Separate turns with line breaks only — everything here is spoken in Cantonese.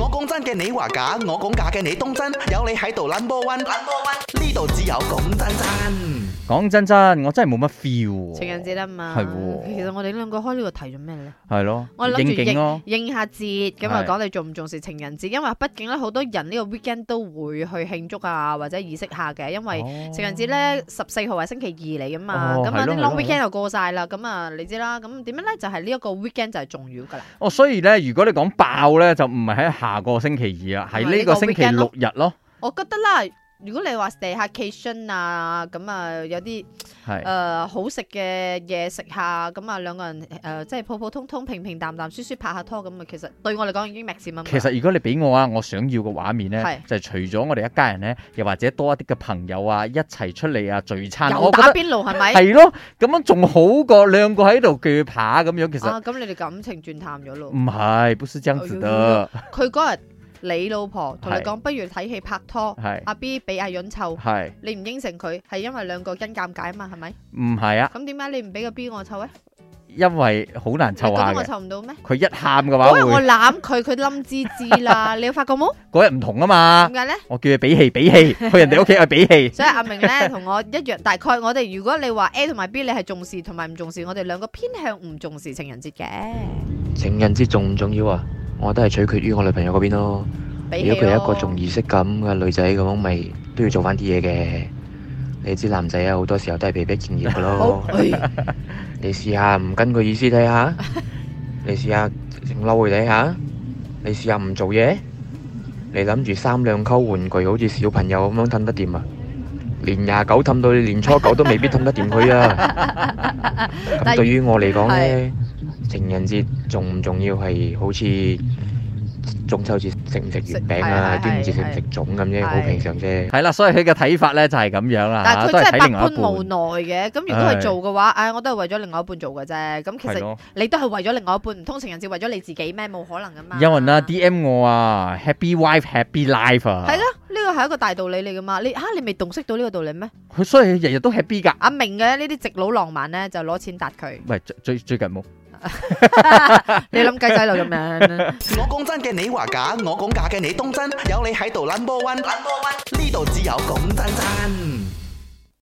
我講真嘅，你話假；我講假嘅，你當真。有你喺度 number one，number one，呢度只有講真真。
講真真，我真係冇乜 feel 喎。
情人節啊嘛，
係喎
其實我哋兩個開呢個題做咩咧？
係咯，
我諗
應
住
景咯
應。應下節，咁啊
係
講你重唔重視情人節，因為畢竟咧好多人呢個 weekend 都會去慶祝啊，或者儀式下嘅，因為
哦
情人節咧十四號係星期二嚟噶嘛，
哦
咁
係
啊
咯
啲
係咯
long
係
weekend 就過晒啦，咁啊你知啦，咁點樣咧就係呢一個 weekend 就係重要噶啦，
哦，所以咧，如果你講爆咧，就唔係喺下個星期二啊，係
係
呢
呢
個
個
星期
weekend
六
咯
日咯，
我覺得啦。如果你話 staycation 啊，咁啊有啲誒、
係
呃好食嘅嘢食下，咁啊兩個人誒、呃即係普普通通、平平淡淡、舒舒拍下拖咁啊，其實對我嚟講已經 max
其實如果你俾我啊，我想要嘅畫面咧
係，
就係除咗我哋一家人咧，又或者多一啲嘅朋友啊，一齊出嚟啊聚餐，
又
我覺得
打邊爐係咪？
係咯，咁樣仲好過兩個喺度鋸扒咁樣。其實
啊，咁你哋感情轉淡咗咯
唔。係，不是這樣子的，
佢嗰日你老婆同你
係
講，不如睇戲拍拖，
係
阿 B 俾阿潤湊，
係
你唔應承佢，係因為兩個因尷尬啊嘛，係咪？
唔係啊？
咁點解你唔俾個 B 我湊咧？
因為好難
你覺
湊下
得哎我
嘅，
湊唔到咩？
佢一喊嘅話
嗰日我
會
攬佢，佢冧滋滋 啦，你有發覺冇？
嗰日唔同啊嘛
點。解咧？
我叫佢比氣比 氣，去人哋屋企去比氣。
所以阿明咧同我一樣，大概我哋如果你話 A 同埋 B 你係重視同埋唔重視，我哋兩個偏向唔重視情人節嘅。
情人節重唔重要啊？我覺得係取決於我女朋友嗰邊咯。
比
如
起
果佢係
咯
一個重儀式感嘅女仔咁樣，咪都要做翻啲嘢嘅。你知男仔啊，好多時候都係被逼敬業嘅
好，
咯。
哎
你試下唔跟佢意思睇 下，你試下整嬲佢睇下，你試下唔做嘢，你諗住三兩溝玩具好似小朋友咁樣氹得掂啊？年廿九氹到你年初九都未必氹得掂 佢
但
啊！咁
係
對於我嚟講
係
呢，情人節重唔重要係好似中秋節食唔食
食
月餅啊
係係，
端午節食唔
係
食粽咁啫，好
係
平常啫。
係啦，所以佢嘅睇法咧就係咁樣啦，
但係
嚇啊
佢
都
真
係
係
睇
百
另外一
般
半
無奈嘅，咁如果佢做嘅話，唉，我都係為咗另外一半做嘅啫。咁其
係
實
咯。
你都係為咗另外一半，唔通情人節為咗你自己咩？冇可能噶嘛。
有人啊 D M 我啊，Happy Wife Happy Life 啊，
係咯，呢個係一個大道理嚟噶嘛。你嚇你未洞悉到呢個道理咩？
佢所以日日都 happy 㗎。
阿明嘅呢啲直佬浪漫咧，就攞錢搭 佢。
喂，最最最近冇，
你諗雞仔女咁樣，
我講真嘅，你話假；我講假嘅，你當真。有你喺度 number one，number one，呢度只有講真真。